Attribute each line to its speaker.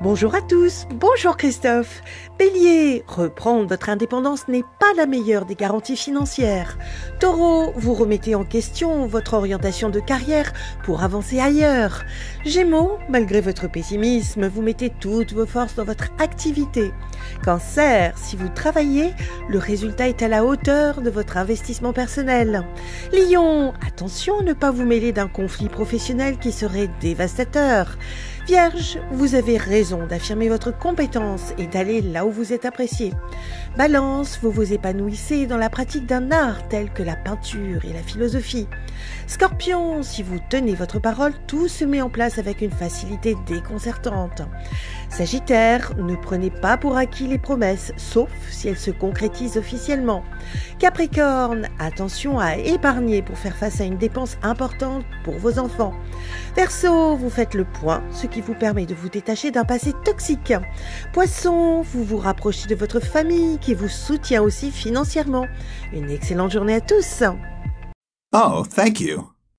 Speaker 1: Bonjour à tous, bonjour Christophe. Bélier, reprendre votre indépendance n'est pas la meilleure des garanties financières. Taureau, vous remettez en question votre orientation de carrière pour avancer ailleurs. Gémeaux, malgré votre pessimisme, vous mettez toutes vos forces dans votre activité. Cancer, si vous travaillez, le résultat est à la hauteur de votre investissement personnel. Lion, attention à ne pas vous mêler d'un conflit professionnel qui serait dévastateur. Vierge, vous avez raison d'affirmer votre compétence et d'aller là où vous êtes apprécié. Balance, vous vous épanouissez dans la pratique d'un art tel que la peinture et la philosophie. Scorpion, si vous tenez votre parole, tout se met en place avec une facilité déconcertante. Sagittaire, ne prenez pas pour acquis les promesses, sauf si elles se concrétisent officiellement. Capricorne, attention à épargner pour faire face à une dépense importante pour vos enfants. Verseau, vous faites le point, ce qui vous permet de vous détacher d'un passé toxique. Poisson, vous vous rapprochez de votre famille qui vous soutient aussi financièrement. Une excellente journée à tous.
Speaker 2: Oh, thank you.